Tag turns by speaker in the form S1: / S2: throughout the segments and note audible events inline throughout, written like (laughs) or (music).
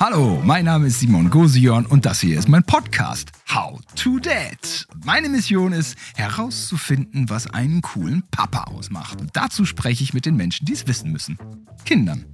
S1: Hallo, mein Name ist Simon Gosion und das hier ist mein Podcast How to Dad. Meine Mission ist herauszufinden, was einen coolen Papa ausmacht. Und dazu spreche ich mit den Menschen, die es wissen müssen. Kindern.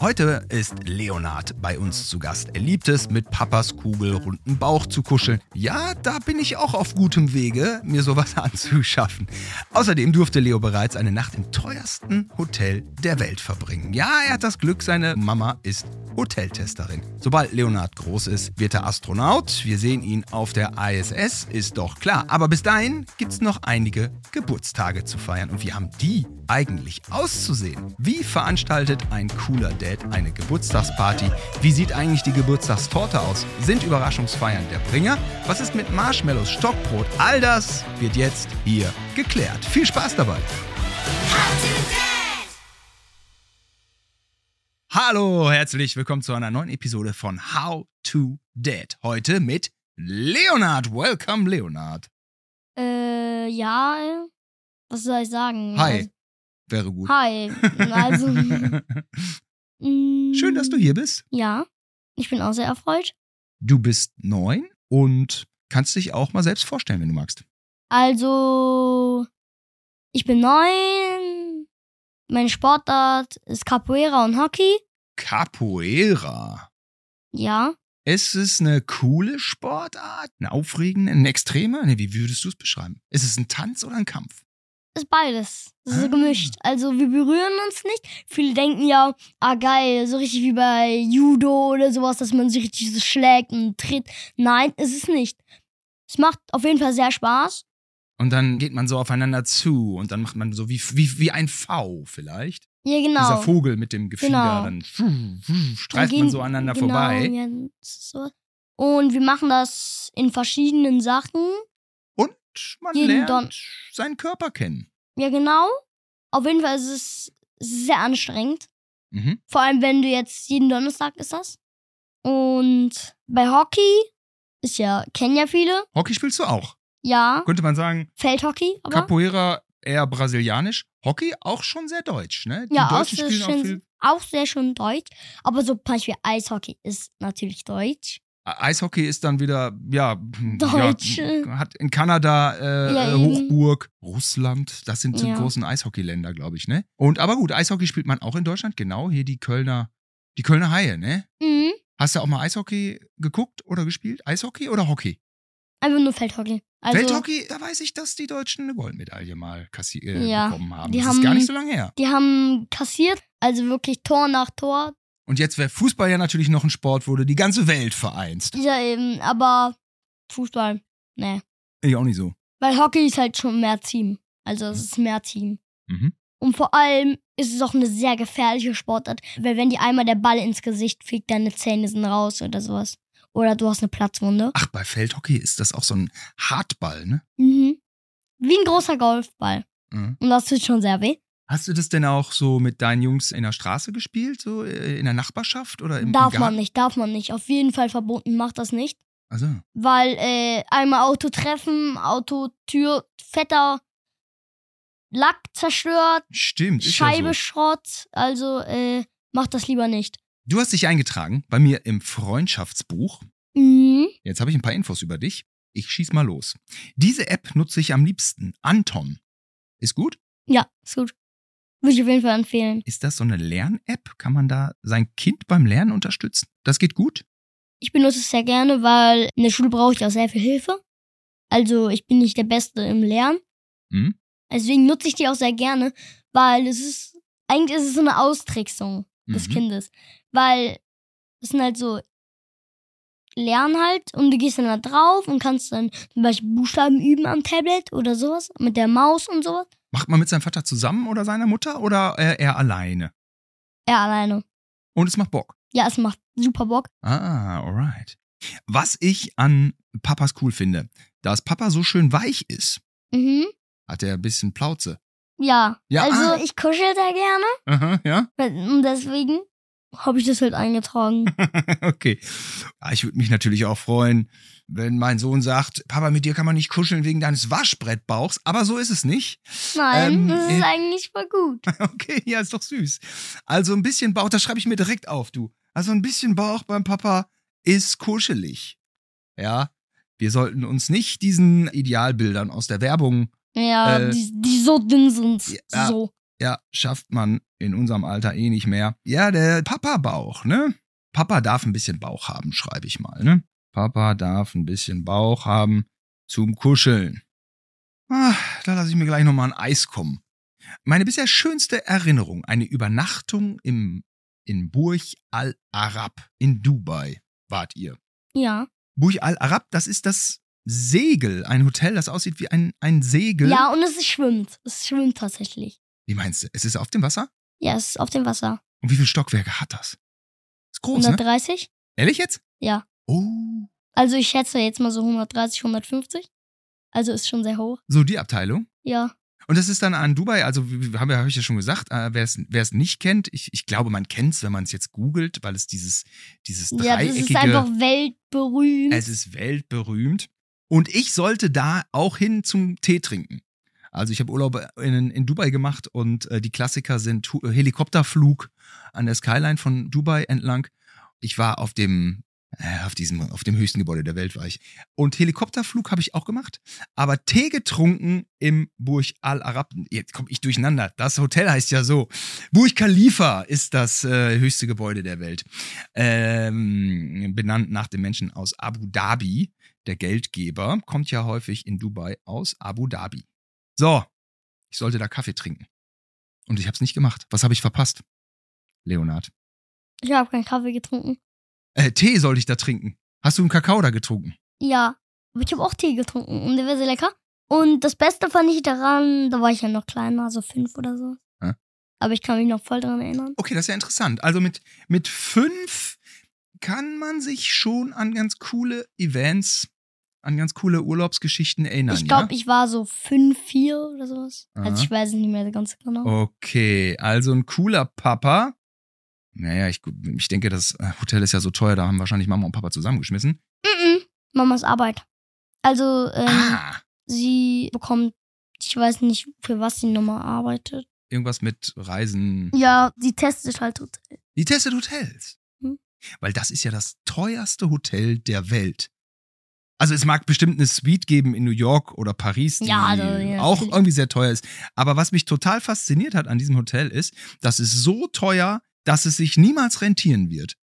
S1: Heute ist Leonard bei uns zu Gast. Er liebt es, mit Papas kugelrunden Bauch zu kuscheln. Ja, da bin ich auch auf gutem Wege, mir sowas (laughs) anzuschaffen. Außerdem durfte Leo bereits eine Nacht im teuersten Hotel der Welt verbringen. Ja, er hat das Glück, seine Mama ist Hoteltesterin. Sobald Leonard groß ist, wird er Astronaut. Wir sehen ihn auf der ISS, ist doch klar. Aber bis dahin gibt's noch einige Geburtstage zu feiern. Und wie haben die eigentlich auszusehen? Wie veranstaltet ein cooler Dad eine Geburtstagsparty? Wie sieht eigentlich die Geburtstagstorte aus? Sind Überraschungsfeiern der Bringer? Was ist mit Marshmallows, Stockbrot? All das wird jetzt hier geklärt. Viel Spaß dabei! Hallo, herzlich willkommen zu einer neuen Episode von How to Dad. Heute mit Leonard. Welcome, Leonard.
S2: Äh, ja. Was soll ich sagen?
S1: Hi. Wäre gut.
S2: Also,
S1: (laughs)
S2: hi. Also. mm,
S1: Schön, dass du hier bist.
S2: Ja. Ich bin auch sehr erfreut.
S1: Du bist neun und kannst dich auch mal selbst vorstellen, wenn du magst.
S2: Also. Ich bin neun. Mein Sportart ist Capoeira und Hockey.
S1: Capoeira.
S2: Ja.
S1: Ist es eine coole Sportart? Eine aufregende, eine extreme? Nee, wie würdest du es beschreiben? Ist es ein Tanz oder ein Kampf?
S2: Ist beides. Das ist
S1: Ah.
S2: so gemischt. Also, wir berühren uns nicht. Viele denken ja, ah, geil, so richtig wie bei Judo oder sowas, dass man sich richtig so schlägt und tritt. Nein, ist es nicht. Es macht auf jeden Fall sehr Spaß.
S1: Und dann geht man so aufeinander zu und dann macht man so wie, wie, wie ein V vielleicht.
S2: Ja,
S1: Dieser
S2: genau.
S1: Vogel mit dem Gefieder,
S2: Genau.
S1: dann schuh, schuh,
S2: Dann
S1: streift
S2: gehen-
S1: man so aneinander
S2: genau,
S1: vorbei.
S2: ja, das ist so. Und wir machen das in verschiedenen Sachen.
S1: Und man
S2: Jeden
S1: lernt
S2: Don-
S1: seinen Körper kennen.
S2: Ja, genau. Auf jeden Fall ist es es ist sehr anstrengend.
S1: Mhm.
S2: Vor allem, wenn du jetzt jeden Donnerstag ist das. Und bei Hockey ist ja, kennen ja viele.
S1: Hockey spielst du auch.
S2: Ja,
S1: Könnte man sagen,
S2: Feldhockey, aber.
S1: Capoeira eher brasilianisch, Hockey auch schon sehr deutsch, ne? Die
S2: ja, auch
S1: Deutschen
S2: sehr,
S1: spielen auch viel.
S2: schön, auch sehr schön deutsch. Aber so zum Beispiel Eishockey ist natürlich deutsch.
S1: E, Eishockey ist dann wieder, ja, hm,
S2: Deutsch.
S1: Ja, hat in Kanada äh,
S2: Ja,
S1: äh,
S2: eben.
S1: Hochburg, Russland, das sind so
S2: Ja.
S1: großen Eishockeyländer, glaube ich, ne? Und aber gut, Eishockey spielt man auch in Deutschland, genau, hier die Kölner, die Kölner Haie, ne?
S2: Mhm.
S1: Hast du auch mal Eishockey geguckt oder gespielt? Eishockey oder Hockey?
S2: Einfach nur Feldhockey. Also,
S1: Welthockey, da weiß ich, dass die Deutschen eine Goldmedaille mal kassi äh,
S2: Ja,
S1: bekommen haben.
S2: die
S1: Das ist
S2: haben-
S1: gar nicht so lange her.
S2: Die haben kassiert, also wirklich Tor nach Tor,
S1: Und jetzt wäre Fußball ja natürlich noch ein Sport, wo du die ganze Welt vereinst.
S2: Ja, eben, aber Fußball, ne.
S1: Ich auch nicht so.
S2: Weil Hockey ist halt schon mehr Team. Also es ist mehr Team.
S1: Mhm.
S2: Und vor allem ist es auch eine sehr gefährliche Sportart, weil wenn dir einmal der Ball ins Gesicht fliegt, deine Zähne sind raus oder sowas. Oder du hast eine Platzwunde.
S1: Ach, bei Feldhockey ist das auch so ein Hartball, ne?
S2: Mhm. Wie ein großer Golfball.
S1: Mhm.
S2: Und das tut schon sehr weh.
S1: Hast du das denn auch so mit deinen Jungs in der Straße gespielt, so äh, in der Nachbarschaft oder im
S2: Darf
S1: im
S2: man nicht, darf man nicht. Auf jeden Fall verboten, macht das nicht.
S1: Also,
S2: Weil äh, einmal Auto treffen, Autotür, fetter Lack zerstört.
S1: stimmt. Ist
S2: Scheibe
S1: Ja so.
S2: Schrott. Also äh, macht das lieber nicht.
S1: Du hast dich eingetragen bei mir im Freundschaftsbuch.
S2: Mhm.
S1: Jetzt habe ich ein paar Infos über dich. Ich schieß mal los. Diese App nutze ich am liebsten. Anton. Ist gut?
S2: Ja, ist gut. Würde ich auf jeden Fall empfehlen.
S1: Ist das so eine Lern-App? Kann man da sein Kind beim Lernen unterstützen? Das geht gut?
S2: Ich benutze es sehr gerne, weil in der Schule brauche ich auch sehr viel Hilfe. Also ich bin nicht der Beste im Lernen.
S1: Mhm.
S2: Deswegen nutze ich die auch sehr gerne, weil es ist, eigentlich ist es so eine Austricksung des
S1: Mhm.
S2: Kindes. Weil es sind halt so Lernen halt und du gehst dann da drauf und kannst dann zum Beispiel Buchstaben üben am Tablet oder sowas mit der Maus und sowas.
S1: Macht man mit seinem Vater zusammen oder seiner Mutter oder äh, er alleine?
S2: Ja, alleine.
S1: Und es macht Bock.
S2: Ja, es macht super Bock.
S1: Ah, alright. Was ich an Papas cool finde, dass Papa so schön weich ist,
S2: Mhm.
S1: hat er ein bisschen Plauze.
S2: Ja.
S1: Ja,
S2: Also
S1: ah.
S2: ich kuschel da gerne
S1: Aha, ja? (laughs)
S2: und deswegen habe ich das
S1: (laughs)
S2: halt eingetragen.
S1: Okay. Ja, ich würde mich natürlich auch freuen, wenn mein Sohn sagt, Papa, mit dir kann man nicht kuscheln wegen deines Waschbrettbauchs, aber so ist es nicht.
S2: Nein,
S1: Ähm,
S2: das
S1: äh,
S2: ist eigentlich voll gut.
S1: (laughs) Okay, ja, ist doch süß. Also ein bisschen Bauch, das schreibe ich mir direkt auf, du. Also ein bisschen Bauch beim Papa ist kuschelig. Ja, wir sollten uns nicht diesen Idealbildern aus der Werbung,
S2: Ja,
S1: äh,
S2: die, die so dünn sind.
S1: Ja.
S2: So.
S1: ja, schafft man in unserem Alter eh nicht mehr. Ja, der Papa-Bauch, ne? Papa darf ein bisschen Bauch haben, schreibe ich mal, ne? Papa darf ein bisschen Bauch haben zum Kuscheln. Ah, da lasse ich mir gleich nochmal ein Eis kommen. Meine bisher schönste Erinnerung, eine Übernachtung im, in Burj Al Arab in Dubai wart ihr.
S2: Ja.
S1: Burj Al Arab, das ist das Segel, ein Hotel, das aussieht wie ein, ein Segel.
S2: Ja, und es schwimmt. Es schwimmt tatsächlich.
S1: Wie meinst du? Es ist auf dem Wasser?
S2: Ja, es ist auf dem Wasser.
S1: Und wie viele Stockwerke hat das? Ist groß, ne?
S2: 130?
S1: Ehrlich jetzt?
S2: Ja.
S1: Oh.
S2: Also ich schätze jetzt mal so 130, 150. Also ist schon sehr hoch.
S1: So die Abteilung.
S2: Ja.
S1: Und das ist dann an Dubai, also wie- wie- haben wir, habe ich ja schon gesagt, äh, wer es wer es nicht kennt, ich, ich glaube, man kennt es, wenn man es jetzt googelt, weil es dieses, dieses
S2: Ja,
S1: dreieckige,
S2: das ist einfach weltberühmt.
S1: es ist weltberühmt. Und ich sollte da auch hin zum Tee trinken. Also ich habe Urlaub in, in Dubai gemacht und äh, die Klassiker sind Hu- Helikopterflug an der Skyline von Dubai entlang. Ich war auf dem äh, auf diesem auf dem höchsten Gebäude der Welt war ich und Helikopterflug habe ich auch gemacht, aber Tee getrunken im Burj Al Arab. Jetzt komme ich durcheinander. Das Hotel heißt ja so. Burj Khalifa ist das äh, höchste Gebäude der Welt, ähm, benannt nach dem Menschen aus Abu Dhabi. Der Geldgeber kommt ja häufig in Dubai aus Abu Dhabi. So, ich sollte da Kaffee trinken. Und ich habe es nicht gemacht. Was habe ich verpasst? Leonard.
S2: ich habe keinen Kaffee getrunken.
S1: Äh, Tee sollte ich da trinken. Hast du einen Kakao da getrunken?
S2: Ja, aber ich habe auch Tee getrunken und der war sehr lecker. Und das Beste fand ich daran, da war ich ja noch kleiner, also fünf oder so.
S1: Hä?
S2: Aber ich kann mich noch voll daran erinnern.
S1: Okay, das ist ja interessant. Also mit, mit fünf kann man sich schon an ganz coole Events, an ganz coole Urlaubsgeschichten erinnern.
S2: ich
S1: ja?
S2: glaube, ich war so fünf, vier oder sowas.
S1: Aha. Oh.
S2: Also ich weiß es nicht mehr ganz genau.
S1: Okay, also ein cooler Papa. Naja, ich, ich denke, das äh, Hotel ist ja so teuer, da haben wahrscheinlich Mama und Papa zusammengeschmissen.
S2: Mhm. Mamas Arbeit. Also ähm,
S1: Ah,
S2: sie bekommt, ich weiß nicht, für was sie nochmal arbeitet.
S1: irgendwas mit Reisen.
S2: Ja, sie testet halt total.
S1: Die testet Hotels.
S2: Hm.
S1: Weil das ist ja das teuerste Hotel der Welt. Also es mag bestimmt eine Suite geben in New York oder Paris, die
S2: Ja, also, ja,
S1: auch
S2: natürlich.
S1: irgendwie sehr teuer ist. Aber was mich total fasziniert hat an diesem Hotel ist, dass es so teuer, dass es sich niemals rentieren wird.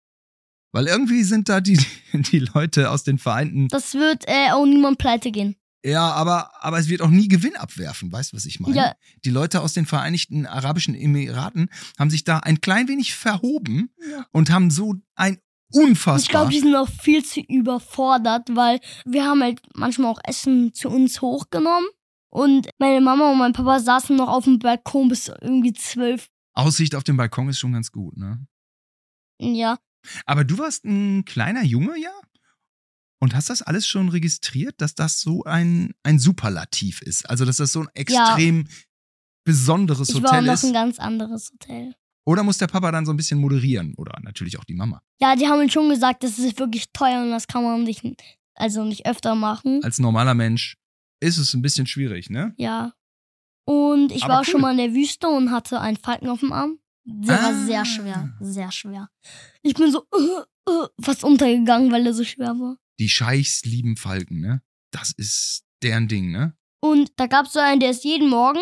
S1: Weil irgendwie sind da die, (laughs) die Leute aus den Vereinten.
S2: Das wird äh, auch niemand pleite gehen.
S1: Ja, aber, aber es wird auch nie Gewinn abwerfen, weißt du, was ich meine?
S2: Ja,
S1: Die Leute aus den Vereinigten Arabischen Emiraten haben sich da ein klein wenig verhoben
S2: Ja.
S1: und haben so ein unfassbar.
S2: ich glaube, die sind auch viel zu überfordert, weil wir haben halt manchmal auch Essen zu uns hochgenommen. Und meine Mama und mein Papa saßen noch auf dem Balkon bis irgendwie zwölf.
S1: Aussicht auf den Balkon ist schon ganz gut, ne?
S2: Ja.
S1: Aber du warst ein kleiner Junge, ja? Und hast das alles schon registriert, dass das so ein, ein Superlativ ist? Also, dass das so ein extrem besonderes
S2: Ich war
S1: Hotel
S2: noch
S1: ist?
S2: ein ganz anderes Hotel.
S1: Oder muss der Papa dann so ein bisschen moderieren? Oder natürlich auch die Mama.
S2: Ja, die haben uns schon gesagt, das ist wirklich teuer und das kann man nicht, also nicht öfter machen.
S1: Als normaler Mensch ist es ein bisschen schwierig, ne?
S2: Ja. Und ich
S1: Aber
S2: war
S1: cool.
S2: schon mal in der Wüste und hatte einen Falken auf dem Arm. Der
S1: Ah.
S2: war sehr schwer, sehr schwer. Ich bin so äh, äh, fast untergegangen, weil der so schwer war.
S1: Die Scheichs lieben Falken, ne? Das ist deren Ding, ne?
S2: Und da gab's so einen, der ist jeden Morgen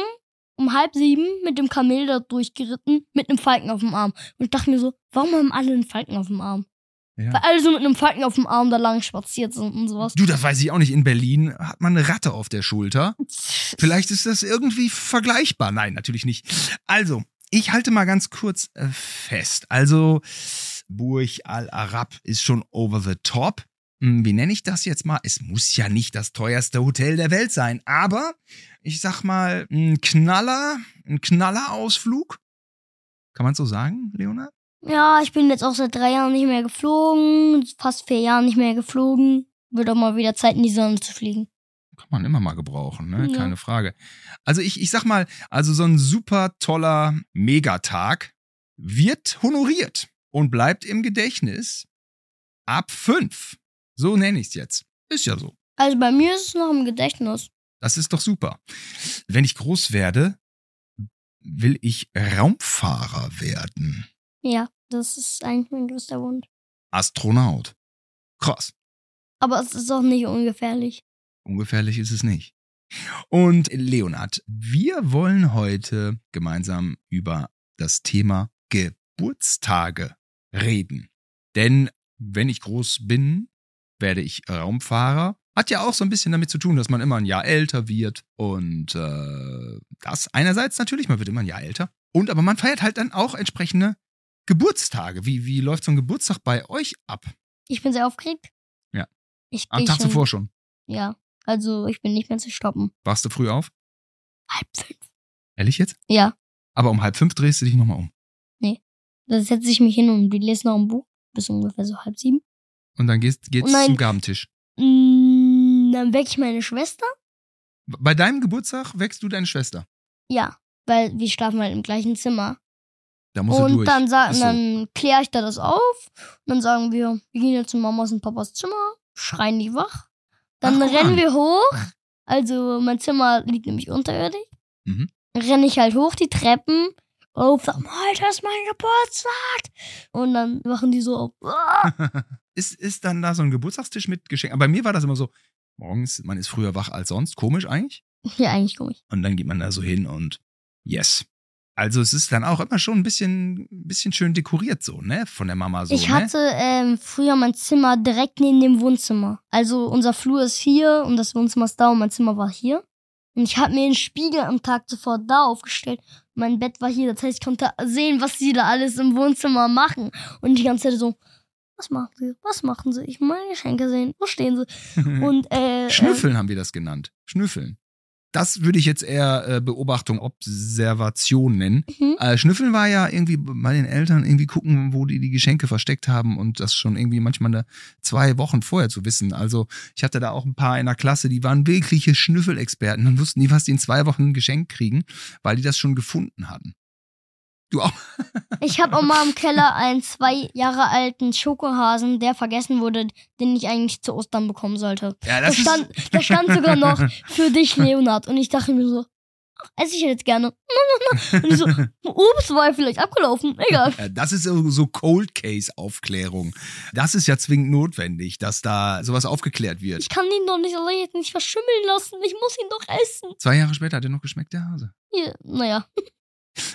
S2: um halb sieben mit dem Kamel da durchgeritten, mit einem Falken auf dem Arm. Und ich dachte mir so, warum haben alle einen Falken auf dem Arm?
S1: Ja.
S2: Weil alle so mit einem Falken auf dem Arm da lang spaziert sind und sowas.
S1: Du, das weiß ich auch nicht. In Berlin hat man eine Ratte auf der Schulter. Vielleicht ist das irgendwie vergleichbar. Nein, natürlich nicht. Also, ich halte mal ganz kurz äh, fest. Also, Burj Al Arab ist schon over the top. Hm, Wie nenne ich das jetzt mal? Es muss ja nicht das teuerste Hotel der Welt sein, aber ich sag mal, ein Knaller, ein Knallerausflug. Kann man so sagen, Leonard?
S2: Ja, ich bin jetzt auch seit drei Jahren nicht mehr geflogen, fast vier Jahren nicht mehr geflogen. Wird auch mal wieder Zeit, in die Sonne zu fliegen.
S1: Kann man immer mal gebrauchen, ne?
S2: Ja.
S1: Keine Frage. Also ich, ich sag mal, also so ein super toller Megatag wird honoriert. und bleibt im Gedächtnis ab fünf. So nenne ich es jetzt. Ist ja so.
S2: Also bei mir ist es noch im Gedächtnis.
S1: Das ist doch super. Wenn ich groß werde, will ich Raumfahrer werden.
S2: Ja, das ist eigentlich mein größter Wunsch.
S1: Astronaut. Krass.
S2: Aber es ist auch nicht ungefährlich.
S1: Ungefährlich ist es nicht. Und Leonard, wir wollen heute gemeinsam über das Thema Geburtstage reden. Denn wenn ich groß bin, werde ich Raumfahrer. Hat ja auch so ein bisschen damit zu tun, dass man immer ein Jahr älter wird. Und äh, das einerseits natürlich, man wird immer ein Jahr älter. Und aber man feiert halt dann auch entsprechende Geburtstage. Wie, wie läuft so ein Geburtstag bei euch ab?
S2: Ich bin sehr aufgeregt.
S1: Ja.
S2: Ich
S1: Am
S2: bin
S1: Tag
S2: schon,
S1: zuvor schon.
S2: Ja, also ich bin nicht mehr zu stoppen.
S1: Warst du früh auf?
S2: Halb fünf.
S1: Ehrlich jetzt?
S2: Ja,
S1: Aber um halb fünf drehst du dich nochmal um.
S2: dann setze ich mich hin und lese noch ein Buch. Bis ungefähr so halb sieben.
S1: Und dann gehst, geht's
S2: Oh nein.
S1: zum Gabentisch.
S2: Mm, Dann wecke ich meine Schwester.
S1: Bei deinem Geburtstag wächst du deine Schwester.
S2: Ja, weil wir schlafen halt im gleichen Zimmer.
S1: Da musst du
S2: und
S1: durch.
S2: dann sagen,
S1: Ach so.
S2: dann kläre ich da das auf. Und dann sagen wir, wir gehen jetzt zu Mamas und Papas Zimmer, schreien die wach. Dann
S1: Ach, guck
S2: rennen
S1: an.
S2: wir hoch. Also mein Zimmer liegt nämlich unterirdisch.
S1: Mhm.
S2: Renne ich halt hoch die Treppen. Oh, sag mal, heute ist mein Geburtstag. Und dann wachen die so auf. Ah,
S1: (laughs) ist, ist dann da so ein Geburtstagstisch mit Geschenken? Bei mir war das immer so, morgens, man ist früher wach als sonst, komisch eigentlich.
S2: Ja, eigentlich komisch.
S1: Und dann geht man da so hin und yes. Also es ist dann auch immer schon ein bisschen, bisschen schön dekoriert so, ne? Von der Mama so,
S2: ich
S1: ne?
S2: hatte ähm, früher mein Zimmer direkt neben dem Wohnzimmer. Also unser Flur ist hier und das Wohnzimmer ist da und mein Zimmer war hier. Und ich habe mir den Spiegel am Tag zuvor da aufgestellt. Mein Bett war hier, das heißt, ich konnte sehen, was die da alles im Wohnzimmer machen. Und die ganze Zeit so, was machen sie? Was machen sie? Ich will meine Geschenke sehen. Wo stehen sie?
S1: Hm. ne? (laughs)
S2: Und äh, äh,
S1: Schnüffeln haben wir das genannt. Schnüffeln. Das würde ich jetzt eher äh, Beobachtung, Observation nennen.
S2: Mhm.
S1: Äh, Schnüffeln war ja irgendwie bei den Eltern irgendwie gucken, wo die die Geschenke versteckt haben und das schon irgendwie manchmal eine, zwei Wochen vorher zu wissen. Also ich hatte da auch ein paar in der Klasse, die waren wirkliche Schnüffelexperten und wussten nie, was die in zwei Wochen ein Geschenk kriegen, weil die das schon gefunden hatten. Du auch?
S2: Ich habe auch mal im Keller einen zwei Jahre alten Schokohasen, der vergessen wurde, den ich eigentlich zu Ostern bekommen sollte.
S1: Ja,
S2: Da stand, da stand sogar noch für dich, Leonard. Und ich dachte mir so, ach, esse ich jetzt gerne. (laughs) Und ich so, ups, war ja vielleicht abgelaufen. Egal.
S1: Ja, Das ist so so Cold Case Aufklärung. Das ist ja zwingend notwendig, dass da sowas aufgeklärt wird.
S2: Ich kann ihn doch nicht allein jetzt nicht verschimmeln lassen. Ich muss ihn doch essen.
S1: Zwei Jahre später hat er noch geschmeckt, der Hase.
S2: Hier, naja.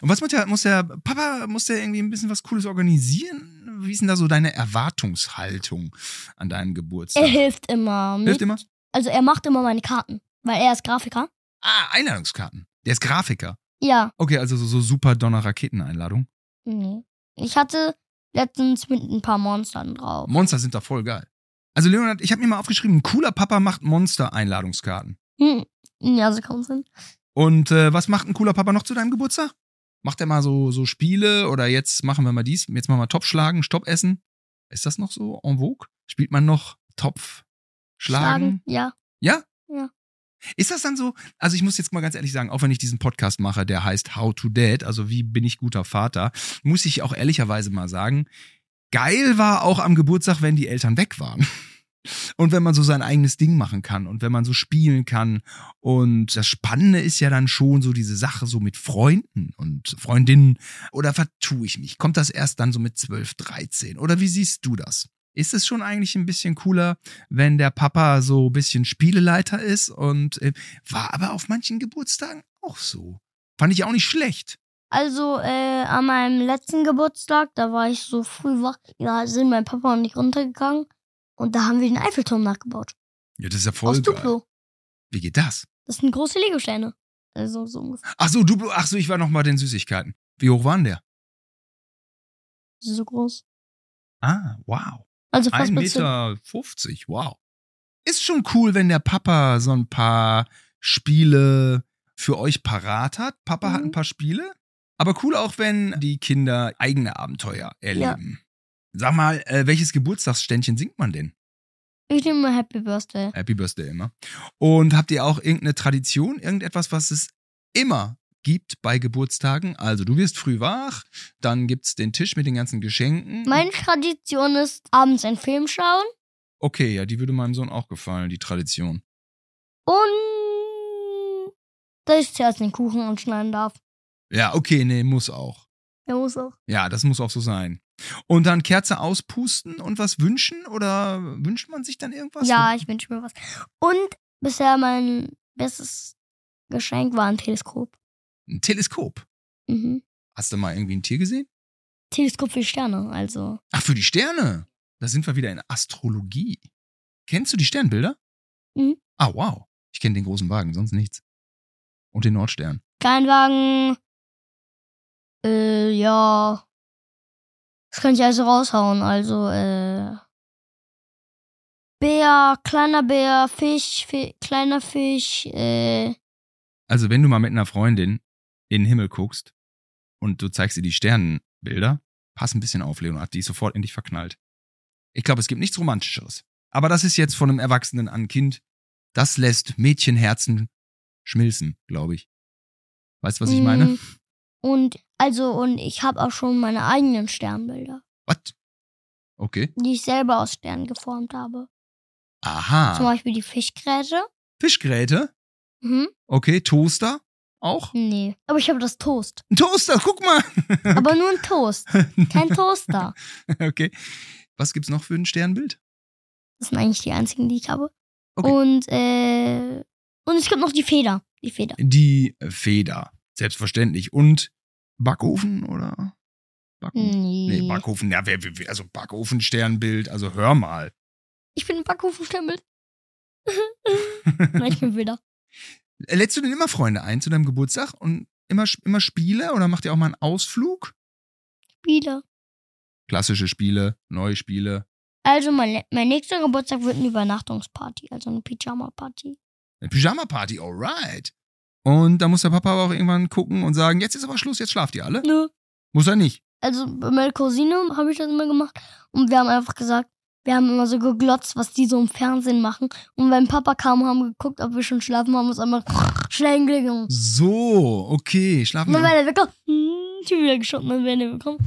S1: Und was muss der, muss der Papa, muss der irgendwie ein bisschen was Cooles organisieren? Wie ist denn da so deine Erwartungshaltung an deinem Geburtstag?
S2: Er hilft immer. Mit.
S1: Hilft immer?
S2: Also er macht immer meine Karten. Weil er ist Grafiker.
S1: Ah, Einladungskarten. Der ist Grafiker.
S2: Ja.
S1: Okay, also so, so super Donner-Raketeneinladung.
S2: Nee. Ich hatte letztens mit ein paar Monstern drauf.
S1: Monster sind da voll geil. Also Leonard, ich habe mir mal aufgeschrieben, ein cooler Papa macht Monster-Einladungskarten.
S2: Hm. Ja, so kann es hin.
S1: Und äh, was macht ein cooler Papa noch zu deinem Geburtstag? Macht er mal so, so Spiele oder jetzt machen wir mal dies, jetzt machen wir Topf schlagen, Stopp essen? Ist das noch so en vogue? Spielt man noch Topf schlagen?
S2: Ja.
S1: Ist das dann so? Also ich muss jetzt mal ganz ehrlich sagen, auch wenn ich diesen Podcast mache, der heißt How to Dad, also wie bin ich guter Vater, muss ich auch ehrlicherweise mal sagen, geil war auch am Geburtstag, wenn die Eltern weg waren. Und wenn man so sein eigenes Ding machen kann und wenn man so spielen kann. Und das Spannende ist ja dann schon so diese Sache so mit Freunden und Freundinnen. Oder vertue ich mich? Kommt das erst dann so mit 12, 13? Oder wie siehst du das? Ist es schon eigentlich ein bisschen cooler, wenn der Papa so ein bisschen Spieleleiter ist und äh, war aber auf manchen Geburtstagen auch so. Fand ich auch nicht schlecht.
S2: Also, äh, an meinem letzten Geburtstag, da war ich so früh wach, da sind mein Papa und ich runtergegangen und da haben wir den Eiffelturm nachgebaut.
S1: Ja, das ist ja
S2: aus
S1: voll geil.
S2: Duplo.
S1: Wie geht das?
S2: Das sind große Lego-Steine. Also so ungefähr.
S1: Ach so, Duplo, ach so, ich war noch mal den Süßigkeiten. Wie hoch waren der?
S2: So groß.
S1: Ah, wow.
S2: Also fast
S1: 1,50
S2: bis zu.
S1: Meter, wow. Ist schon cool, wenn der Papa so ein paar Spiele für euch parat hat. Papa hat ein
S2: Mhm.
S1: paar Spiele. Aber cool auch, wenn die Kinder eigene Abenteuer erleben. Sag mal, äh, welches Geburtstagsständchen singt man denn?
S2: Ich nehme mal Happy Birthday.
S1: Happy Birthday immer. Und habt ihr auch irgendeine Tradition, irgendetwas, was es immer gibt bei Geburtstagen. Also du wirst früh wach, dann gibt es den Tisch mit den ganzen Geschenken.
S2: Meine Tradition ist, abends einen Film schauen
S1: okay, ja, die würde meinem Sohn auch gefallen, die Tradition.
S2: und dass ich zuerst den Kuchen anschneiden darf.
S1: Ja, okay, nee, muss auch.
S2: Er muss auch.
S1: Ja, das muss auch so sein. Und dann Kerze auspusten und was wünschen oder wünscht man sich dann irgendwas?
S2: Ja, ich wünsche mir was. Und bisher mein bestes Geschenk war ein Teleskop.
S1: Ein Teleskop.
S2: Mhm.
S1: Hast du mal irgendwie ein Tier gesehen?
S2: Teleskop für Sterne, also.
S1: Ach, für die Sterne. Da sind wir wieder in Astrologie. Kennst du die Sternbilder?
S2: Mhm.
S1: Ah, wow. Ich kenne den großen Wagen, sonst nichts. Und den Nordstern.
S2: Kleinwagen. Äh, ja. Das kann ich also raushauen. Also, äh. Bär, kleiner Bär, Fisch, Fi kleiner Fisch, äh.
S1: Also, wenn du mal mit einer Freundin in den Himmel guckst und du zeigst ihr die Sternenbilder, pass ein bisschen auf, Leonard, die ist sofort in dich verknallt. Ich glaube, es gibt nichts Romantischeres. Aber das ist jetzt von einem Erwachsenen an ein Kind. Das lässt Mädchenherzen schmilzen, glaube ich. Weißt du, was ich meine?
S2: Mm. Und, also, und ich habe auch schon meine eigenen Sternbilder,
S1: What? Okay.
S2: die ich selber aus Sternen geformt habe. Zum
S1: Aha.
S2: Beispiel die Fischgräte.
S1: Fischgräte?
S2: Mhm.
S1: Okay. Toaster? Auch?
S2: Nee. Aber ich habe das Toast.
S1: Ein Toaster, guck mal! (laughs)
S2: Aber nur ein Toast. Kein Toaster.
S1: okay. Was gibt's noch für ein Sternbild?
S2: Das sind eigentlich die einzigen, die ich habe.
S1: Okay.
S2: Und, äh, und es gibt noch die Feder. Die Feder.
S1: Die Feder, selbstverständlich. Und Backofen oder? Backofen? Nee,
S2: Hm, Nee.
S1: Backofen, ja, wer, wer, wer- also Backofen-Sternbild, also hör mal.
S2: ich bin ein Backhofenstempel. Nein, ich bin (laughs) wieder.
S1: (laughs) Lädst du denn immer Freunde ein zu deinem Geburtstag und immer, immer Spiele oder macht ihr auch mal einen Ausflug?
S2: Wieder.
S1: Klassische Spiele, neue Spiele,
S2: Also mein, le- mein nächster Geburtstag wird eine Übernachtungsparty, also eine Pyjama-Party.
S1: eine Pyjama-Party, alright. Und da muss der Papa aber auch irgendwann gucken und sagen, jetzt ist aber Schluss, jetzt schlaft ihr alle.
S2: Nö.
S1: Muss er nicht.
S2: Ne? Also bei meiner Cousine habe ich das immer gemacht und wir haben einfach gesagt, wir haben immer so geglotzt, was die so im Fernsehen machen. Und wenn Papa kam, haben wir geguckt, ob wir schon schlafen haben, uns einmal (laughs) schnell hingelegt.
S1: So, okay,
S2: Und
S1: schlafen
S2: dann
S1: wir.
S2: wäre er weggekommen. Hm, Ich bin wieder geschockt, dann wäre er weggekommen.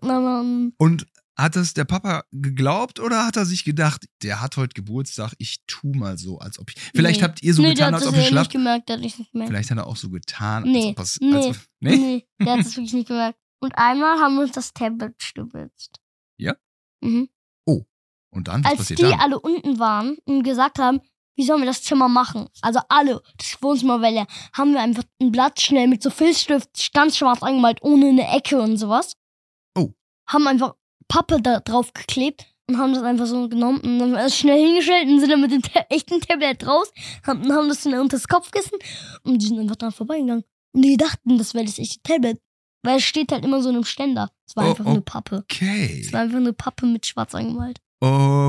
S2: Und dann, ähm,
S1: Und hat das der Papa geglaubt oder hat er sich gedacht, der hat heute Geburtstag, ich tu mal so, als ob ich. Vielleicht
S2: Nee.
S1: habt ihr so
S2: nee, der
S1: getan,
S2: hat
S1: als
S2: das
S1: ob ihr
S2: ja nicht
S1: schlaft.
S2: gemerkt, der hat es nicht gemerkt.
S1: Vielleicht hat er auch so getan, als
S2: Nee,
S1: ob es.
S2: nee,
S1: Als, nee?
S2: Nee, der hat es wirklich nicht gemerkt. Und einmal haben wir uns das Tablet stibitzt.
S1: Ja?
S2: Mhm.
S1: Und dann, was
S2: Als die
S1: passiert dann?
S2: alle unten waren und gesagt haben, wie sollen wir das Zimmer machen? Also alle, das Wohnzimmer war leer. Haben wir einfach ein Blatt schnell mit so Filzstift ganz schwarz angemalt, ohne eine Ecke und sowas.
S1: Oh.
S2: Haben einfach Pappe da drauf geklebt und haben das einfach so genommen und dann ist schnell hingestellt und sind dann mit dem Ta echten Tablet raus haben, haben das dann unter das Kopfkissen und die sind einfach dran vorbeigegangen. Und die dachten, das wäre das echte Tablet. Weil es steht halt immer so in einem Ständer. Es war
S1: Oh,
S2: einfach
S1: oh.
S2: nur Pappe.
S1: Okay.
S2: Es war einfach nur Pappe mit schwarz angemalt.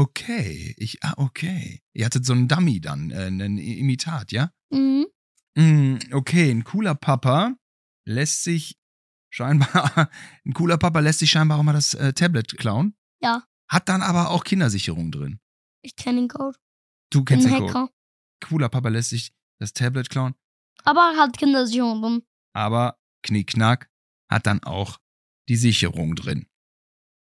S1: Okay. Ich, ah, okay. Ihr hattet so einen Dummy dann, äh, einen I- Imitat, ja?
S2: Mhm.
S1: Mm, okay, ein cooler Papa lässt sich scheinbar, (laughs) ein cooler Papa lässt sich scheinbar auch mal das äh, Tablet klauen.
S2: Ja.
S1: Hat dann aber auch Kindersicherung drin.
S2: Ich kenne den Code.
S1: Du
S2: Den
S1: kennst den Code.
S2: Hacker.
S1: cooler Papa lässt sich das Tablet klauen,
S2: Aber hat Kindersicherung drin.
S1: aber Knickknack hat dann auch die Sicherung drin.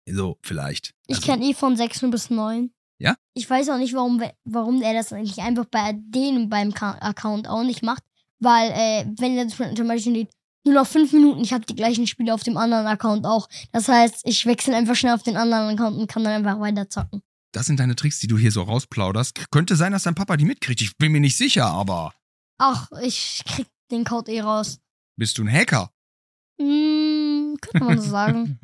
S1: So, vielleicht.
S2: Ich
S1: Also,
S2: kenne eh von 6 bis 9.
S1: Ja?
S2: Ich weiß auch nicht, warum, we- warum er das eigentlich einfach bei denen beim Ka Account auch nicht macht. Weil, äh, wenn er zum Beispiel steht, nur noch 5 Minuten, ich habe die gleichen Spiele auf dem anderen Account auch. Das heißt, ich wechsle einfach schnell auf den anderen Account und kann dann einfach weiter zocken.
S1: Das sind deine Tricks, die du hier so rausplauderst. Könnte sein, dass dein Papa die mitkriegt. Ich bin mir nicht sicher, aber
S2: Ach, ich krieg den Code eh raus.
S1: bist du ein Hacker?
S2: Hm,
S1: (laughs)
S2: könnte man so sagen.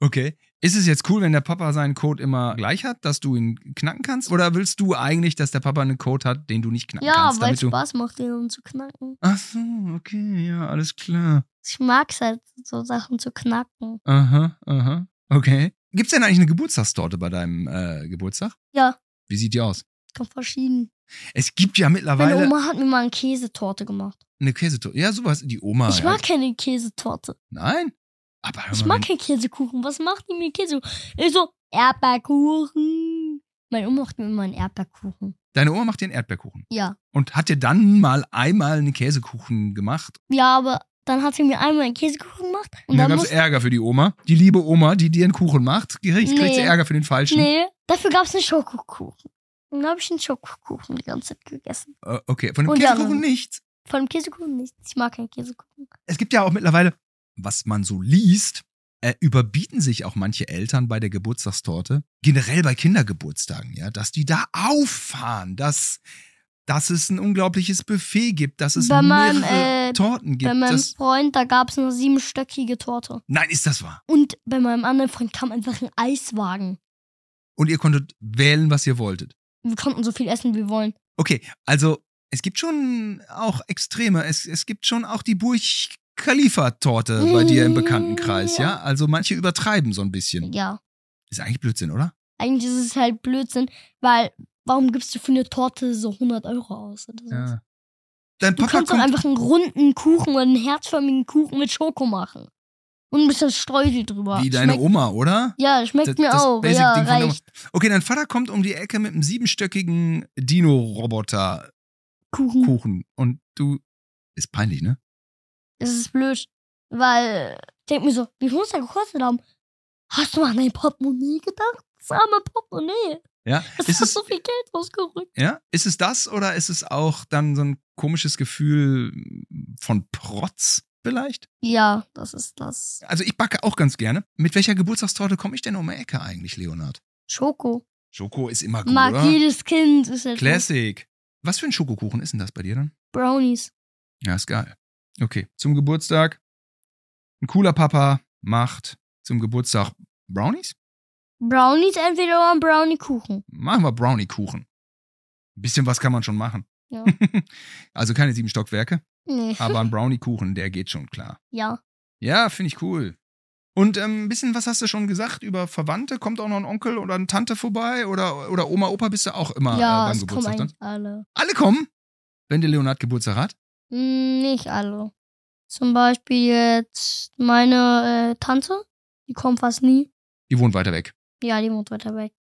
S1: okay. Ist es jetzt cool, wenn der Papa seinen Code immer gleich hat, dass du ihn knacken kannst? Oder willst du eigentlich, dass der Papa einen Code hat, den du nicht knacken
S2: ja,
S1: kannst?
S2: weil
S1: damit
S2: es
S1: du
S2: Spaß macht, den um zu knacken.
S1: Ach so, okay, ja, alles klar.
S2: Ich mag's halt, so Sachen zu knacken.
S1: Aha, aha. Okay. Gibt's denn eigentlich eine Geburtstagstorte bei deinem äh, Geburtstag?
S2: Ja.
S1: Wie sieht die aus?
S2: Kommt verschieden.
S1: Es gibt ja
S2: Meine
S1: mittlerweile
S2: Oma hat mir mal eine Käsetorte gemacht.
S1: eine Käsetorte. Ja, sowas. Die Oma.
S2: ich
S1: Ah, ja.
S2: mag keine Käsetorte.
S1: Nein. Aber hör mal,
S2: Ich mag
S1: wenn-
S2: keinen Käsekuchen. Was macht die mir Käsekuchen? Ich so, Erdbeerkuchen. Meine Oma macht mir immer einen Erdbeerkuchen.
S1: Deine Oma macht dir einen Erdbeerkuchen.
S2: Ja.
S1: Und hat dir dann mal einmal einen Käsekuchen gemacht.
S2: Ja, aber dann hat sie mir einmal einen Käsekuchen gemacht und
S1: Und dann
S2: dann
S1: gab es
S2: musste.
S1: Ärger für die Oma. Die liebe Oma, die dir einen Kuchen macht, die kriegt, kriegt sie
S2: Nee.
S1: Ärger für den falschen.
S2: Nee, dafür gab es einen Schokokuchen. Und dann habe ich einen Schokokuchen die ganze Zeit gegessen.
S1: Äh, okay, von dem
S2: Und
S1: Käsekuchen
S2: dann-
S1: nichts.
S2: Von dem Käsekuchen nichts. Ich mag keinen Käsekuchen.
S1: Es gibt ja auch mittlerweile, was man so liest, äh, überbieten sich auch manche Eltern bei der Geburtstagstorte, generell bei Kindergeburtstagen, ja, dass die da auffahren, dass, dass es ein unglaubliches Buffet gibt, dass es
S2: Bei meinem,
S1: mehrere
S2: äh,
S1: Torten gibt.
S2: bei meinem
S1: dass,
S2: Freund, da gab es eine siebenstöckige Torte.
S1: nein, ist das wahr?
S2: Und bei meinem anderen Freund kam einfach ein Eiswagen.
S1: Und ihr konntet wählen, was ihr wolltet.
S2: Wir konnten so viel essen, wie wir wollen.
S1: Okay, also es gibt schon auch Extreme. Es, es gibt schon auch die Burj Khalifa-Torte bei dir im Bekanntenkreis,
S2: Mhm.
S1: ja? Also manche übertreiben so ein bisschen.
S2: Ja.
S1: Ist eigentlich Blödsinn, oder?
S2: Eigentlich ist es halt Blödsinn, weil warum gibst du für eine Torte so 100 Euro aus? Oder so?
S1: Ja. Dein
S2: Du
S1: Papa
S2: kannst doch
S1: kommt.
S2: einfach einen runden Kuchen oder einen herzförmigen Kuchen mit Schoko machen. Und ein bisschen Streusel drüber.
S1: Wie deine
S2: schmeckt,
S1: Oma, oder?
S2: Ja, schmeckt
S1: Das-
S2: mir
S1: das
S2: auch.
S1: Basic-Ding
S2: Ja,
S1: von der Oma.
S2: reicht.
S1: Okay, dein Vater kommt um die Ecke mit einem siebenstöckigen Dino-Roboter-Kuchen.
S2: Kuchen.
S1: Und du. Ist peinlich, ne?
S2: Das ist blöd. Weil ich denk mir so, wie viel muss der gekostet haben? Hast du mal an dein Portemonnaie gedacht? Das arme Portemonnaie. (laughs)
S1: Ja?
S2: Das
S1: Ist
S2: hat
S1: es,
S2: so viel Geld rausgerückt.
S1: ja? Ist es das oder ist es auch dann so ein komisches Gefühl von Protz vielleicht?
S2: Ja, das ist das.
S1: Also ich backe auch ganz gerne. Mit welcher Geburtstagstorte komme ich denn um die Ecke eigentlich, Leonard?
S2: Schoko.
S1: Schoko ist immer gut,
S2: Mag
S1: oder?
S2: jedes Kind. Ist halt
S1: Classic. Was für ein Schokokuchen ist denn das bei dir dann?
S2: Brownies.
S1: Ja, ist geil. Okay, zum Geburtstag. Ein cooler Papa macht zum Geburtstag Brownies?
S2: Brownies entweder oder ein Brownie-Kuchen.
S1: Machen wir Brownie-Kuchen. Ein bisschen was kann man schon machen.
S2: Ja.
S1: (laughs) also keine sieben Stockwerke,
S2: Nee.
S1: aber ein Brownie-Kuchen, der geht schon klar.
S2: Ja.
S1: Ja, finde ich cool. Und ähm, ein bisschen, was hast du schon gesagt über Verwandte? Kommt auch noch ein Onkel oder eine Tante vorbei? Oder, oder Oma, Opa bist du auch immer äh,
S2: ja,
S1: beim
S2: es kommen
S1: Geburtstag dann?
S2: eigentlich alle.
S1: Alle kommen, wenn der Leonard Geburtstag hat.
S2: Hm, Nicht alle. Zum Beispiel jetzt meine äh, Tante. Die kommt fast nie.
S1: Die wohnt weiter weg.
S2: Ja, die wohnt weiter weg.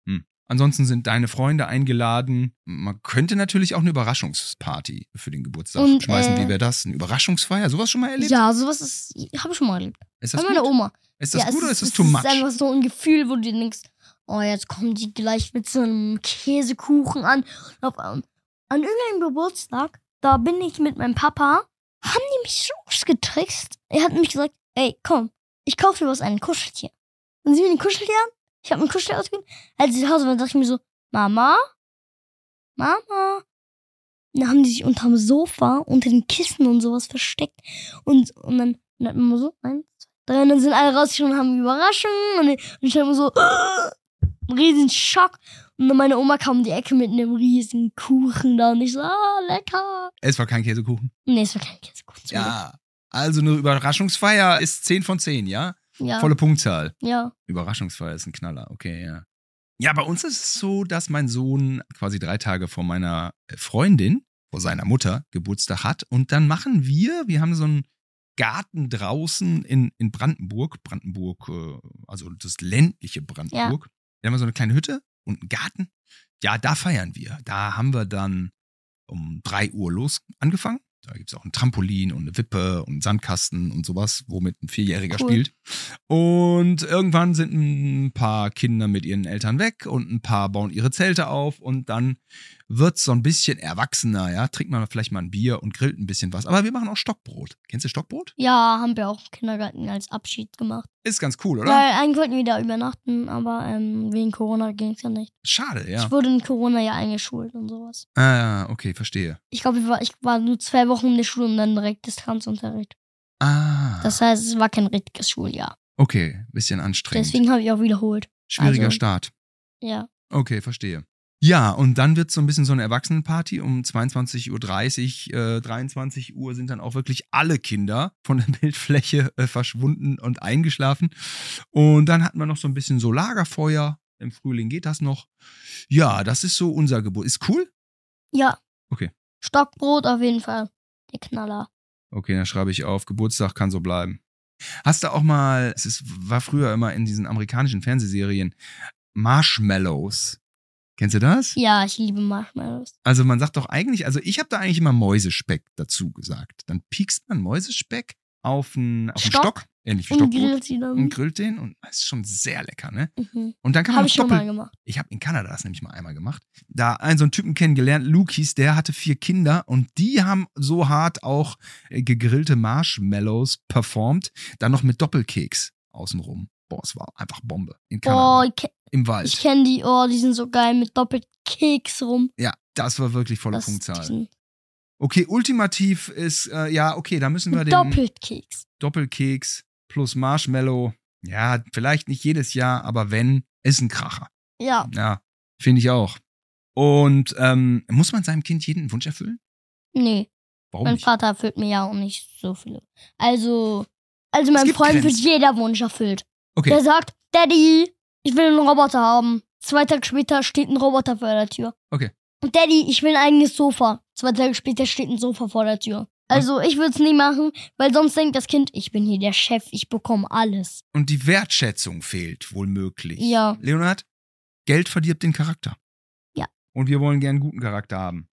S1: Ansonsten sind deine Freunde eingeladen. Man könnte natürlich auch eine Überraschungsparty für den Geburtstag
S2: Und,
S1: schmeißen.
S2: äh,
S1: Wie wäre das? Eine Überraschungsfeier? Sowas schon mal erlebt?
S2: Ja, sowas ist. Habe ich schon mal erlebt.
S1: Ist
S2: Bei
S1: das
S2: meiner
S1: gut?
S2: Oma.
S1: Ist das
S2: Ja,
S1: gut oder ist das
S2: es
S1: too much?
S2: ist einfach so ein Gefühl, wo du dir denkst, oh, jetzt kommen die gleich mit so einem Käsekuchen an. Und Auf, ähm, an irgendeinem Geburtstag, da bin ich mit meinem Papa, haben die mich so ausgetrickst. Er hat mich gesagt, ey, komm, ich kaufe dir was, ein Kuscheltier. Und sie mir den Kuscheltier an, ich habe ein Kuscheltier ausgegeben. Als ich zu Hause war, dachte ich mir so, Mama, Mama. Und Dann haben die sich unterm Sofa, unter den Kissen und sowas versteckt. Und, und dann, dann hat man immer so, eins, drei, und dann sind alle rausgekommen und haben Überraschungen. Und, ich- und ich hatte immer so, (gasps) einen riesen Schock. Und dann meine Oma kam um die Ecke mit einem riesen Kuchen da und ich so, ah, lecker.
S1: es war kein Käsekuchen.
S2: Nee, es war kein Käsekuchen. zum
S1: Ja. Also eine Überraschungsfeier ist 10 von 10, ja?
S2: Glück. Ja.
S1: Volle Punktzahl.
S2: ja.
S1: Überraschungsfeier ist ein Knaller, okay, ja. Ja, bei uns ist es so, dass mein Sohn quasi drei Tage vor meiner äh, Freundin, vor seiner Mutter, Geburtstag hat. Und dann machen wir, wir haben so einen Garten draußen in, in Brandenburg, Brandenburg, äh, also das ländliche Brandenburg. Da haben wir so eine kleine Hütte und einen Garten. Ja, da feiern wir. Da haben wir dann um 3 Uhr los angefangen. Da gibt es auch ein Trampolin und eine Wippe und einen Sandkasten und sowas, womit ein Vierjähriger
S2: Cool.
S1: spielt. Und irgendwann sind ein paar Kinder mit ihren Eltern weg und ein paar bauen ihre Zelte auf und dann wird so ein bisschen erwachsener, ja. Trinkt man vielleicht mal ein Bier und grillt ein bisschen was. Aber wir machen auch Stockbrot. Kennst du Stockbrot?
S2: Ja, haben wir auch im Kindergarten als Abschied gemacht.
S1: Ist ganz cool, oder?
S2: Weil eigentlich wollten wir da übernachten, aber ähm, wegen Corona ging es ja nicht.
S1: Schade, ja.
S2: Ich wurde in Corona ja eingeschult und sowas.
S1: Ah, okay, verstehe.
S2: Ich glaube, ich war, ich war nur zwei Wochen in der Schule und dann direkt Distanzunterricht.
S1: Ah,
S2: Das heißt, es war kein richtiges Schuljahr.
S1: okay, bisschen anstrengend.
S2: Deswegen habe ich auch wiederholt.
S1: Schwieriger
S2: also-
S1: Start.
S2: Ja.
S1: Okay, verstehe. Ja, und dann wird so ein bisschen so eine Erwachsenenparty. Um 22.30 Uhr, äh, 23 Uhr sind dann auch wirklich alle Kinder von der (laughs) Bildfläche äh, verschwunden und eingeschlafen. Und dann hatten wir noch so ein bisschen so Lagerfeuer. Im Frühling geht das noch. Ja, das ist so unser Geburt. Ist cool?
S2: Ja.
S1: Okay.
S2: Stockbrot auf jeden Fall. Der Knaller.
S1: Okay, dann schreibe ich auf. Geburtstag kann so bleiben. Hast du auch mal, es ist, war früher immer in diesen amerikanischen Fernsehserien, Marshmallows. Kennst du das?
S2: Ja, ich liebe Marshmallows.
S1: Also man sagt doch eigentlich, also ich habe da eigentlich immer Mäusespeck dazu gesagt. Dann piekst man Mäusespeck auf einen, auf einen
S2: Stock.
S1: Stock. ähnlich wie
S2: Und
S1: Stockbrot,
S2: grillt sie dann.
S1: und grillt den und das ist schon sehr lecker, ne?
S2: Mhm.
S1: Und dann kann man
S2: Habe ich
S1: noch
S2: schon
S1: doppelt
S2: mal gemacht.
S1: ich habe in Kanada das nämlich mal einmal gemacht, da einen so einen Typen kennengelernt, Lukis, der hatte vier Kinder und die haben so hart auch äh, gegrillte Marshmallows performt, dann noch mit Doppelkeks außenrum. Boah, es war einfach Bombe. In
S2: Oh,
S1: Kanada,
S2: ich, ke-
S1: im
S2: ich
S1: Wald.
S2: kenne die. Oh, die sind so geil mit doppelt Keks rum.
S1: Ja, das war wirklich volle
S2: Das- die
S1: Punktzahl.
S2: sind-
S1: Okay, ultimativ ist, äh, ja, okay, da müssen wir den
S2: Doppelt Keks.
S1: Doppelkeks plus Marshmallow, ja, vielleicht nicht jedes Jahr, aber wenn, ist ein Kracher.
S2: Ja,
S1: Ja, finde ich auch. Und ähm, muss man seinem Kind jeden Wunsch erfüllen?
S2: nee.
S1: Warum
S2: mein
S1: nicht?
S2: Vater erfüllt mir ja auch nicht so viele. Also, also mein
S1: gibt
S2: Freund wird
S1: Grenzen.
S2: jeder Wunsch erfüllt.
S1: Okay.
S2: Der sagt, Daddy, ich will einen Roboter haben. Zwei Tage später steht ein Roboter vor der Tür.
S1: Okay.
S2: Und Daddy, ich will ein eigenes Sofa. Zwei Tage später steht ein Sofa vor der Tür. Also ich würde es nie machen, weil sonst denkt das Kind, ich bin hier der Chef, ich bekomme alles.
S1: Und die Wertschätzung fehlt wohl möglich.
S2: Ja.
S1: Leonhard, Geld verdirbt den Charakter.
S2: Ja.
S1: Und wir wollen gern einen guten Charakter haben.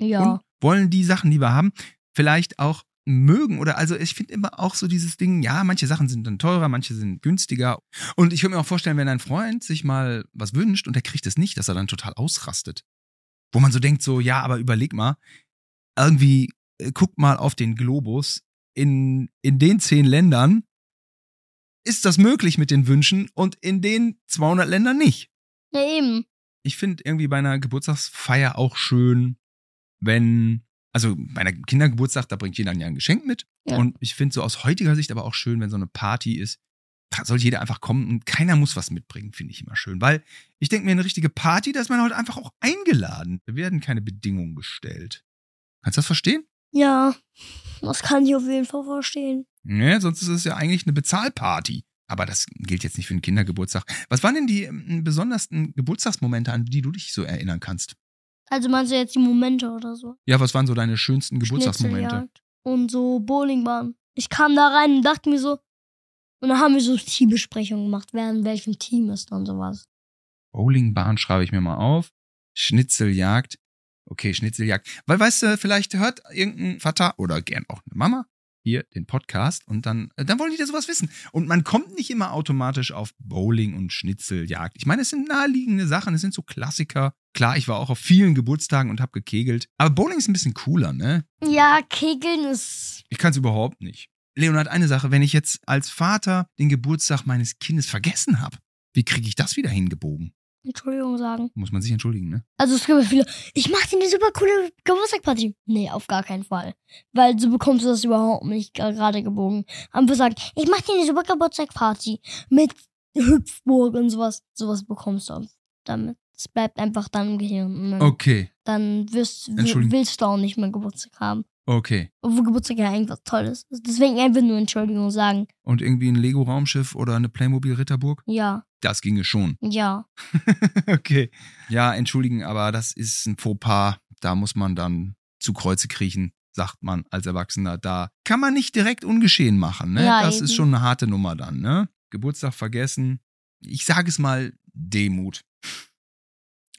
S2: Ja.
S1: Und wollen die Sachen, die wir haben, vielleicht auch mögen. Oder also ich finde immer auch so dieses Ding, ja, manche Sachen sind dann teurer, manche sind günstiger. Und ich würde mir auch vorstellen, wenn ein Freund sich mal was wünscht und der kriegt es nicht, dass er dann total ausrastet. Wo man so denkt, so, ja, aber überleg mal, irgendwie äh, guck mal auf den Globus. In, in den zehn Ländern ist das möglich mit den Wünschen und in den 200 Ländern nicht.
S2: Ja, eben.
S1: Ich finde irgendwie bei einer Geburtstagsfeier auch schön, wenn, also bei einer Kindergeburtstag, da bringt jeder ein Jahr ein Geschenk mit.
S2: Ja.
S1: Und ich finde so aus heutiger Sicht aber auch schön, wenn so eine Party ist, da soll jeder einfach kommen und keiner muss was mitbringen, finde ich immer schön. Weil ich denke mir, eine richtige Party, da ist man halt einfach auch eingeladen. Da werden keine Bedingungen gestellt. Kannst du das verstehen?
S2: Ja. Das kann ich auf jeden Fall verstehen.
S1: Ne, sonst ist es ja eigentlich eine Bezahlparty. Aber das gilt jetzt nicht für einen Kindergeburtstag. Was waren denn die ähm, besondersten Geburtstagsmomente, an die du dich so erinnern kannst?
S2: Also meinst du jetzt die Momente oder so?
S1: Ja, was waren so deine schönsten Geburtstagsmomente?
S2: Schnitzeljagd und so Bowlingbahn. Ich kam da rein und dachte mir so, und dann haben wir so Teambesprechungen gemacht, wer in welchem Team ist und sowas.
S1: Bowlingbahn schreibe ich mir mal auf. Schnitzeljagd. Okay, Schnitzeljagd. Weil, weißt du, vielleicht hört irgendein Vater oder gern auch eine Mama hier den Podcast und dann, äh, dann wollen die da sowas wissen. Und man kommt nicht immer automatisch auf Bowling und Schnitzeljagd. Ich meine, es sind naheliegende Sachen, es sind so Klassiker. Klar, ich war auch auf vielen Geburtstagen und habe gekegelt. Aber Bowling ist ein bisschen cooler, ne?
S2: Ja, Kegeln ist.
S1: Ich kann es überhaupt nicht. Leonhard, eine Sache, wenn ich jetzt als Vater den Geburtstag meines Kindes vergessen habe, wie kriege ich das wieder hingebogen?
S2: Entschuldigung sagen.
S1: Muss man sich entschuldigen, ne?
S2: Also es gibt ja viele, ich mach dir eine super coole Geburtstagparty. Nee, auf gar keinen Fall. Weil so bekommst du das überhaupt nicht ge- gerade gebogen. Haben wir gesagt, ich mach dir eine super Geburtstagparty mit Hüpfburg und sowas. Sowas bekommst du damit. Es bleibt einfach dann im Gehirn. ne? Und dann-
S1: Okay,
S2: dann wirst,
S1: Entschuldigung.
S2: willst du auch nicht mehr Geburtstag haben.
S1: okay.
S2: Obwohl Geburtstag ja irgendwas Tolles ist. Deswegen einfach nur Entschuldigung sagen.
S1: Und irgendwie ein Lego-Raumschiff oder eine Playmobil-Ritterburg?
S2: Ja,
S1: Das ginge schon.
S2: ja. (laughs)
S1: okay. Ja, entschuldigen, aber das ist ein Fauxpas. Da muss man dann zu Kreuze kriechen, sagt man als Erwachsener. Da kann man nicht direkt ungeschehen machen, ne?
S2: Ja,
S1: das ist
S2: eben.
S1: schon eine harte Nummer dann, ne? Geburtstag vergessen. Ich sage es mal, Demut.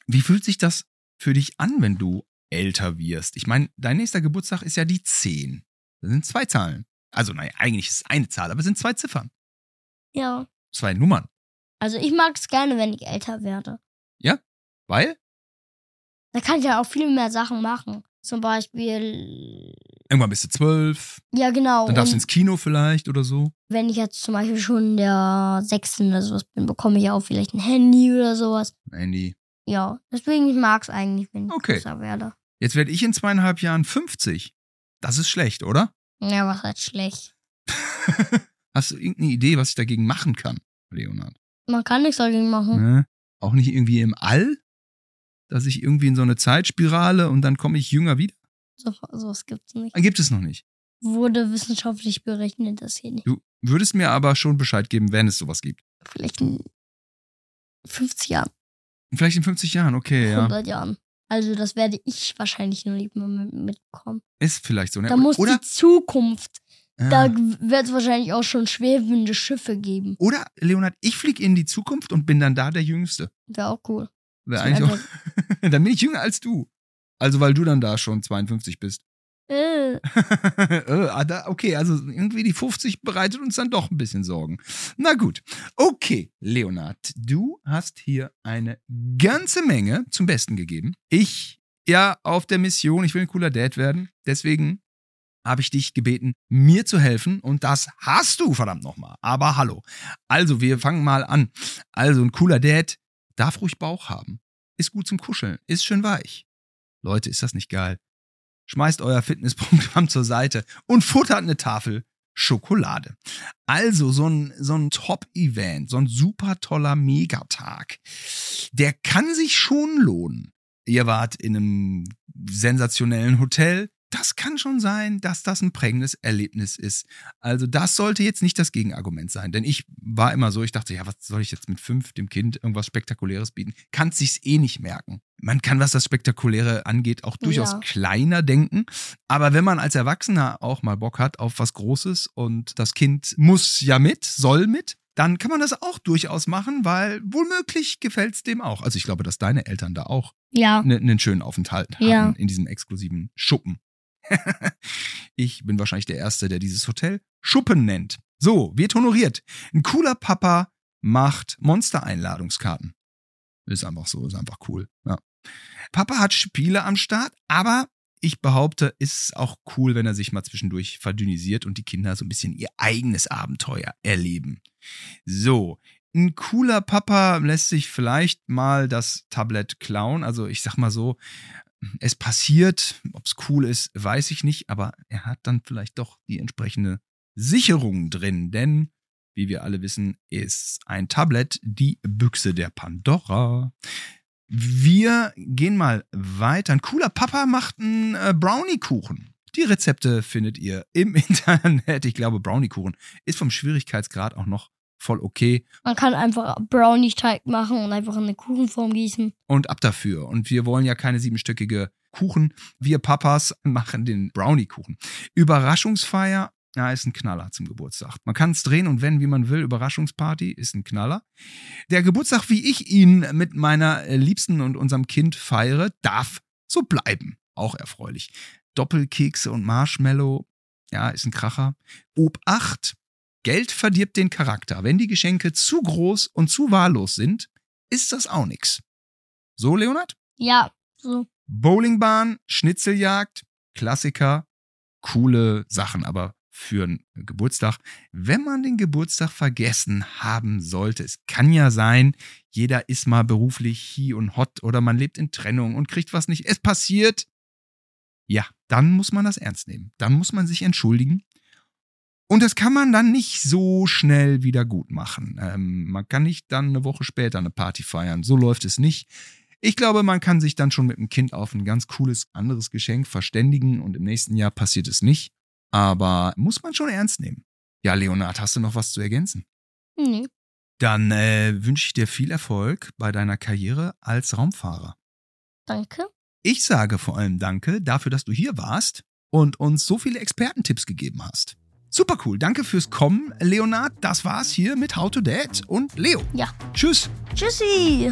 S1: Wie fühlt sich das für dich an, wenn du älter wirst? Ich meine, dein nächster Geburtstag ist ja die 10. Das sind zwei Zahlen. Also, naja, eigentlich ist es eine Zahl, aber es sind zwei Ziffern.
S2: Ja.
S1: Zwei Nummern.
S2: Also ich mag es gerne, wenn ich älter werde.
S1: Weil
S2: Da kann ich ja auch viel mehr Sachen machen. Zum Beispiel.
S1: irgendwann bist du zwölf,
S2: Ja, genau.
S1: Dann darfst du
S2: Und
S1: ins Kino vielleicht oder so.
S2: wenn ich jetzt zum Beispiel schon in der sechsten oder sowas bin, bekomme ich ja auch vielleicht ein Handy oder sowas.
S1: Andy.
S2: Ja. Deswegen ich mag es eigentlich, wenn ich
S1: Okay.
S2: größer werde.
S1: Jetzt werde ich in zweieinhalb Jahren 50. Das ist schlecht, oder?
S2: Ja, was halt schlecht.
S1: Hast du irgendeine Idee, was ich dagegen machen kann, Leonhard?
S2: Man kann nichts dagegen machen.
S1: Ne? Auch nicht irgendwie im All? Dass ich irgendwie in so eine Zeitspirale und dann komme ich jünger wieder?
S2: So, sowas gibt's nicht.
S1: Ah, Gibt es noch nicht.
S2: Wurde wissenschaftlich berechnet, dass hier nicht.
S1: Du würdest mir aber schon Bescheid geben, wenn es sowas gibt.
S2: vielleicht in 50 Jahren,
S1: Vielleicht in 50 Jahren, okay, ja.
S2: 100 Jahren. Also das werde ich wahrscheinlich nur lieber mit- mitbekommen.
S1: Ist vielleicht so, ne?
S2: Da muss
S1: oder,
S2: die Zukunft, da
S1: ja.
S2: wird es wahrscheinlich auch schon schwebende Schiffe geben.
S1: oder, Leonhard, ich fliege in die Zukunft und bin dann da der Jüngste.
S2: Wäre auch cool.
S1: Wär eigentlich auch, (laughs) dann bin ich jünger als du. Also, weil du dann da schon 52 bist.
S2: Äh,
S1: (laughs) Äh, ah, da- okay, also irgendwie die 50 bereitet uns dann doch ein bisschen Sorgen. Na gut. Okay, Leonard, du hast hier eine ganze Menge zum Besten gegeben. Ich, ja, auf der Mission, ich will ein cooler Dad werden. Deswegen habe ich dich gebeten, mir zu helfen. Und das hast du, verdammt nochmal. Aber hallo. Also, wir fangen mal an. Also, ein cooler Dad darf ruhig Bauch haben. Ist gut zum Kuscheln. Ist schön weich. Leute, ist das nicht geil? Schmeißt euer Fitnessprogramm (laughs) zur Seite und futtert eine Tafel Schokolade. Also so ein, so ein Top-Event, so ein super toller Megatag, der kann sich schon lohnen. Ihr wart in einem sensationellen Hotel. Das kann schon sein, dass das ein prägendes Erlebnis ist. Also das sollte jetzt nicht das Gegenargument sein. Denn ich war immer so, ich dachte, ja, was soll ich jetzt mit fünf dem Kind irgendwas Spektakuläres bieten? Kann sich's eh nicht merken. Man kann, was das Spektakuläre angeht, auch durchaus
S2: Ja.
S1: kleiner denken. Aber wenn man als Erwachsener auch mal Bock hat auf was Großes und das Kind muss ja mit, soll mit, dann kann man das auch durchaus machen, weil womöglich gefällt es dem auch. Also ich glaube, dass deine Eltern da auch
S2: ja.
S1: ne- einen schönen Aufenthalt hatten
S2: Ja.
S1: in diesem exklusiven Schuppen. (laughs) ich bin wahrscheinlich der Erste, der dieses Hotel Schuppen nennt. So, wird honoriert. Ein cooler Papa macht Monster-Einladungskarten. Ist einfach so, ist einfach cool. Ja. Papa hat Spiele am Start, aber ich behaupte, ist auch cool, wenn er sich mal zwischendurch verdünnisiert und die Kinder so ein bisschen ihr eigenes Abenteuer erleben. So, ein cooler Papa lässt sich vielleicht mal das Tablet klauen. Also ich sag mal so, es passiert, ob es cool ist, weiß ich nicht, aber er hat dann vielleicht doch die entsprechende Sicherung drin, denn wie wir alle wissen, ist ein Tablet die Büchse der Pandora. Wir gehen mal weiter. Ein cooler Papa macht einen äh, Brownie-Kuchen. Die Rezepte findet ihr im (laughs) Internet. Ich glaube, Brownie-Kuchen ist vom Schwierigkeitsgrad auch noch voll okay.
S2: Man kann einfach Brownie-Teig machen und einfach in eine Kuchenform gießen.
S1: und ab dafür. Und wir wollen ja keine siebenstöckige Kuchen. Wir Papas machen den Brownie-Kuchen. Überraschungsfeier, ja, ist ein Knaller zum Geburtstag. Man kann es drehen und wenn, wie man will. Überraschungsparty ist ein Knaller. Der Geburtstag, wie ich ihn mit meiner äh, Liebsten und unserem Kind feiere, darf so bleiben. Auch erfreulich. Doppelkekse und Marshmallow, ja, ist ein Kracher. Obacht, Geld verdirbt den Charakter. Wenn die Geschenke zu groß und zu wahllos sind, ist das auch nix. So, Leonard?
S2: Ja, so.
S1: Bowlingbahn, Schnitzeljagd, Klassiker, coole Sachen, aber für einen Geburtstag. Wenn man den Geburtstag vergessen haben sollte, es kann ja sein, jeder ist mal beruflich hi und hot oder man lebt in Trennung und kriegt was nicht. Es passiert. Ja, dann muss man das ernst nehmen. Dann muss man sich entschuldigen. Und das kann man dann nicht so schnell wieder gut machen. Ähm, man kann nicht dann eine Woche später eine Party feiern. So läuft es nicht. Ich glaube, man kann sich dann schon mit dem Kind auf ein ganz cooles anderes Geschenk verständigen und im nächsten Jahr passiert es nicht. Aber muss man schon ernst nehmen. Ja, Leonard, hast du noch was zu ergänzen?
S2: Nee.
S1: Dann äh, wünsche ich dir viel Erfolg bei deiner Karriere als Raumfahrer.
S2: Danke.
S1: Ich sage vor allem Danke dafür, dass du hier warst und uns so viele Expertentipps gegeben hast. Super cool. Danke fürs Kommen, Leonard. Das war's hier mit How to Dad und Leo.
S2: Ja.
S1: Tschüss.
S2: Tschüssi.